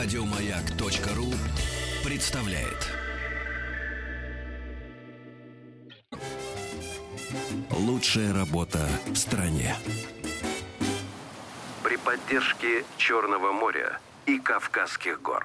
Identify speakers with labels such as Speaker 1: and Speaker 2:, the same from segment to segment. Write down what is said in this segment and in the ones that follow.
Speaker 1: Радиомаяк.ру представляет. Лучшая работа в стране.
Speaker 2: при поддержке Черного моря и Кавказских гор.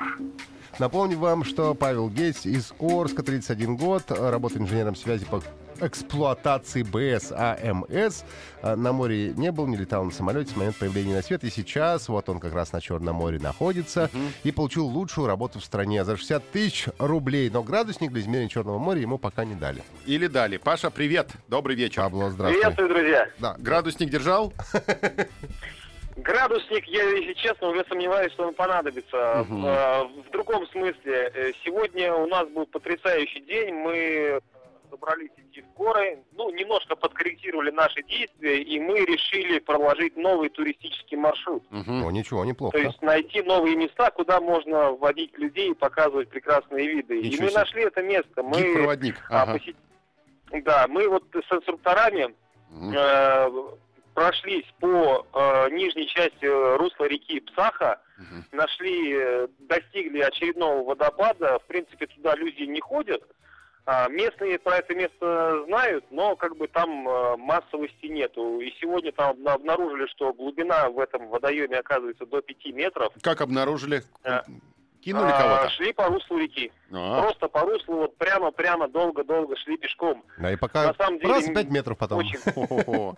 Speaker 3: Напомню вам, что Павел Гейс из Орска, 31 год, работает инженером связи по эксплуатации БС АМС. А, На море не был, не летал на самолете с момента появления на свет. И сейчас вот он как раз на Черном море находится и получил лучшую работу в стране за 60 тысяч рублей. Но градусник для измерения Черного моря ему пока не дали.
Speaker 4: Или дали. Паша, привет. Добрый вечер.
Speaker 3: Пабло, здравствуй.
Speaker 5: Приветствую, друзья.
Speaker 3: Да,
Speaker 4: Градусник держал?
Speaker 5: Градусник, я, если честно, уже сомневаюсь, что он понадобится. Э, В другом смысле, э, сегодня у нас был потрясающий день. Мы собрались идти в горы, ну, немножко подкорректировали наши действия, и мы решили проложить новый туристический маршрут.
Speaker 3: О, Ну, ничего,
Speaker 5: То
Speaker 3: неплохо.
Speaker 5: есть найти новые места, куда можно вводить людей и показывать прекрасные виды. и
Speaker 4: Ничего
Speaker 5: мы
Speaker 4: себе.
Speaker 5: нашли это место. Мы
Speaker 4: Гид-проводник.
Speaker 5: а,
Speaker 4: Ага.
Speaker 5: посет- Да, мы вот с инструкторами
Speaker 4: Мгм.
Speaker 5: э, прошлись по э, нижней части э, русла реки Псаха,
Speaker 4: Мгм.
Speaker 5: нашли, э, достигли очередного водопада. В принципе, туда люди не ходят. А, местные про это место знают, но как бы там э, массовости нету. И сегодня там обна- обнаружили, что глубина в этом водоеме оказывается до 5 метров.
Speaker 4: Как обнаружили?
Speaker 5: А.
Speaker 4: Кинули
Speaker 5: А,
Speaker 4: кого-то?
Speaker 5: Шли по руслу реки.
Speaker 4: А,
Speaker 5: Просто по руслу, вот прямо-прямо, долго-долго шли пешком.
Speaker 3: Да, и пока
Speaker 5: на самом деле,
Speaker 3: раз 5 метров потом.
Speaker 5: Очень.
Speaker 4: хо-хо-хо.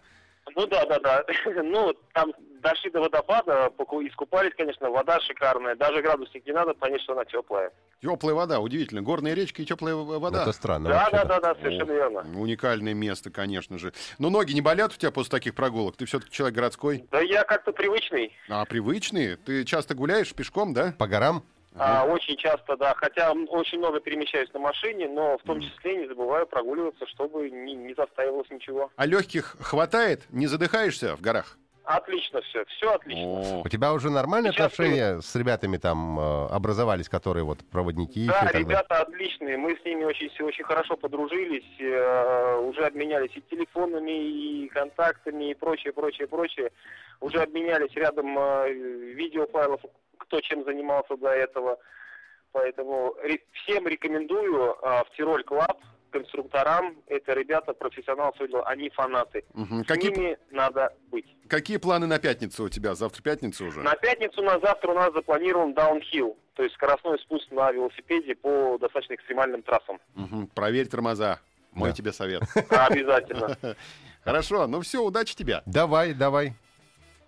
Speaker 5: Ну да, да, да. Ну, там дошли до водопада, поку- искупались, конечно, вода шикарная. Даже градусник не надо, конечно, она теплая.
Speaker 4: Теплая вода, удивительно. Горные речки и теплая в- вода.
Speaker 3: Ну, Это странно
Speaker 5: Да, да,
Speaker 3: вообще-то.
Speaker 5: да, да, совершенно верно.
Speaker 4: Уникальное место, конечно же. Но ноги не болят у тебя после таких прогулок? Ты все-таки человек городской,
Speaker 5: Да я как-то привычный,
Speaker 4: а привычный. Ты часто гуляешь пешком, да?
Speaker 3: По горам?
Speaker 5: а, очень часто, да, хотя м, очень много перемещаюсь на машине, но в том числе не забываю прогуливаться, чтобы не, не застаивалось ничего.
Speaker 4: А легких хватает? Не задыхаешься в горах?
Speaker 5: Отлично все, все отлично.
Speaker 4: О.
Speaker 3: У тебя уже нормальные
Speaker 5: Сейчас
Speaker 3: отношения с ребятами там э, образовались, которые вот проводники
Speaker 5: Да,
Speaker 3: еще и так далее?
Speaker 5: ребята отличные, мы с ними очень, все очень хорошо подружились, э, уже обменялись и телефонами, и контактами, и прочее, прочее, прочее. Уже обменялись рядом э, видеофайлов, кто чем занимался до этого. Поэтому ре- всем рекомендую э, в Тироль Клаб конструкторам. Это ребята, профессионал судил, они фанаты.
Speaker 4: Мгм.
Speaker 5: С
Speaker 4: Какие,
Speaker 5: ними надо быть.
Speaker 4: какие планы на пятницу у тебя? Завтра пятница уже?
Speaker 5: На пятницу, на завтра у нас запланирован даунхилл, то есть скоростной спуск на велосипеде по достаточно экстремальным трассам.
Speaker 4: Мгм. Проверь тормоза. Мой
Speaker 3: Да.
Speaker 4: тебе совет.
Speaker 5: Обязательно.
Speaker 4: Хорошо, ну все, удачи тебе.
Speaker 3: Давай, давай.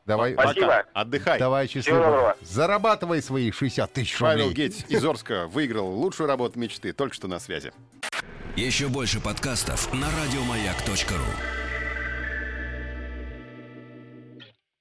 Speaker 3: Давай,
Speaker 5: Спасибо.
Speaker 4: Отдыхай.
Speaker 3: давай, счастливо.
Speaker 5: доброго.
Speaker 3: Зарабатывай свои 60 тысяч
Speaker 4: Павел
Speaker 3: рублей.
Speaker 4: Гейтс из Орска выиграл лучшую работу мечты. Только что на связи.
Speaker 1: Еще больше подкастов на радиомаяк.ру.